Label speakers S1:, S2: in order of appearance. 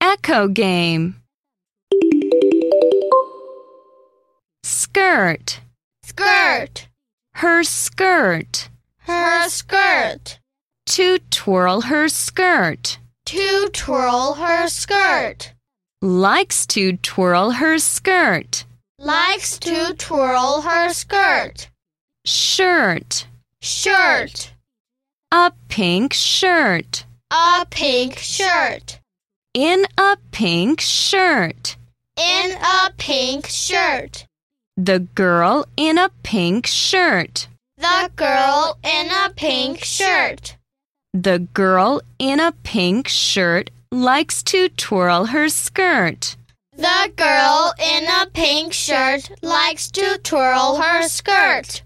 S1: Echo game. Skirt.
S2: skirt,
S1: Her skirt.
S2: her skirt,
S1: To twirl her skirt.
S2: to twirl her skirt,
S1: Likes to twirl her skirt.
S2: likes to twirl her skirt,
S1: Shirt.
S2: shirt,
S1: A pink shirt.
S2: a pink shirt,
S1: In a pink shirt.
S2: in a pink shirt,
S1: The girl in a pink shirt.
S2: the girl in a pink shirt,
S1: The girl in a pink shirt likes to twirl her skirt.
S2: the girl in a pink shirt likes to twirl her skirt.